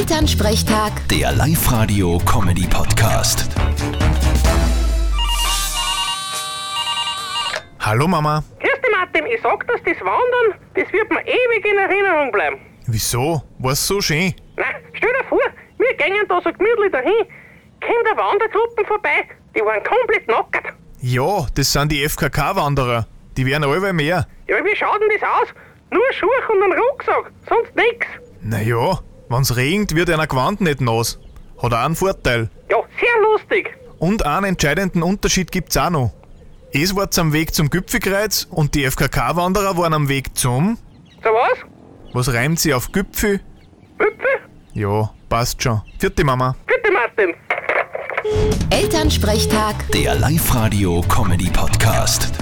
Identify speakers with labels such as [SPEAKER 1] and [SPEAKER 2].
[SPEAKER 1] Elternsprechtag,
[SPEAKER 2] Der Live-Radio-Comedy-Podcast.
[SPEAKER 3] Hallo Mama.
[SPEAKER 4] Grüß dich, Martin. Ich sag, dass das Wandern, das wird mir ewig in Erinnerung bleiben.
[SPEAKER 3] Wieso? War's so schön?
[SPEAKER 4] Nein, stell dir vor, wir gingen da so gemütlich dahin, kommen da Wandergruppen vorbei, die waren komplett nackert.
[SPEAKER 3] Ja, das sind die FKK-Wanderer. Die werden alle mehr.
[SPEAKER 4] Ja, wie schaut denn das aus? Nur Schuhe und ein Rucksack, sonst nix.
[SPEAKER 3] Naja, wenn's regnet, wird einer Gewand nicht nass. Hat auch einen Vorteil.
[SPEAKER 4] Ja, sehr lustig.
[SPEAKER 3] Und einen entscheidenden Unterschied gibt's auch noch. Es war's am Weg zum Gipfelkreuz und die FKK-Wanderer waren am Weg zum...
[SPEAKER 4] So was?
[SPEAKER 3] Was reimt sie auf Gipfel?
[SPEAKER 4] Hüpfe?
[SPEAKER 3] Ja, passt schon. Vierte Mama.
[SPEAKER 4] Bitte, Martin.
[SPEAKER 1] Elternsprechtag.
[SPEAKER 2] Der Live-Radio-Comedy-Podcast.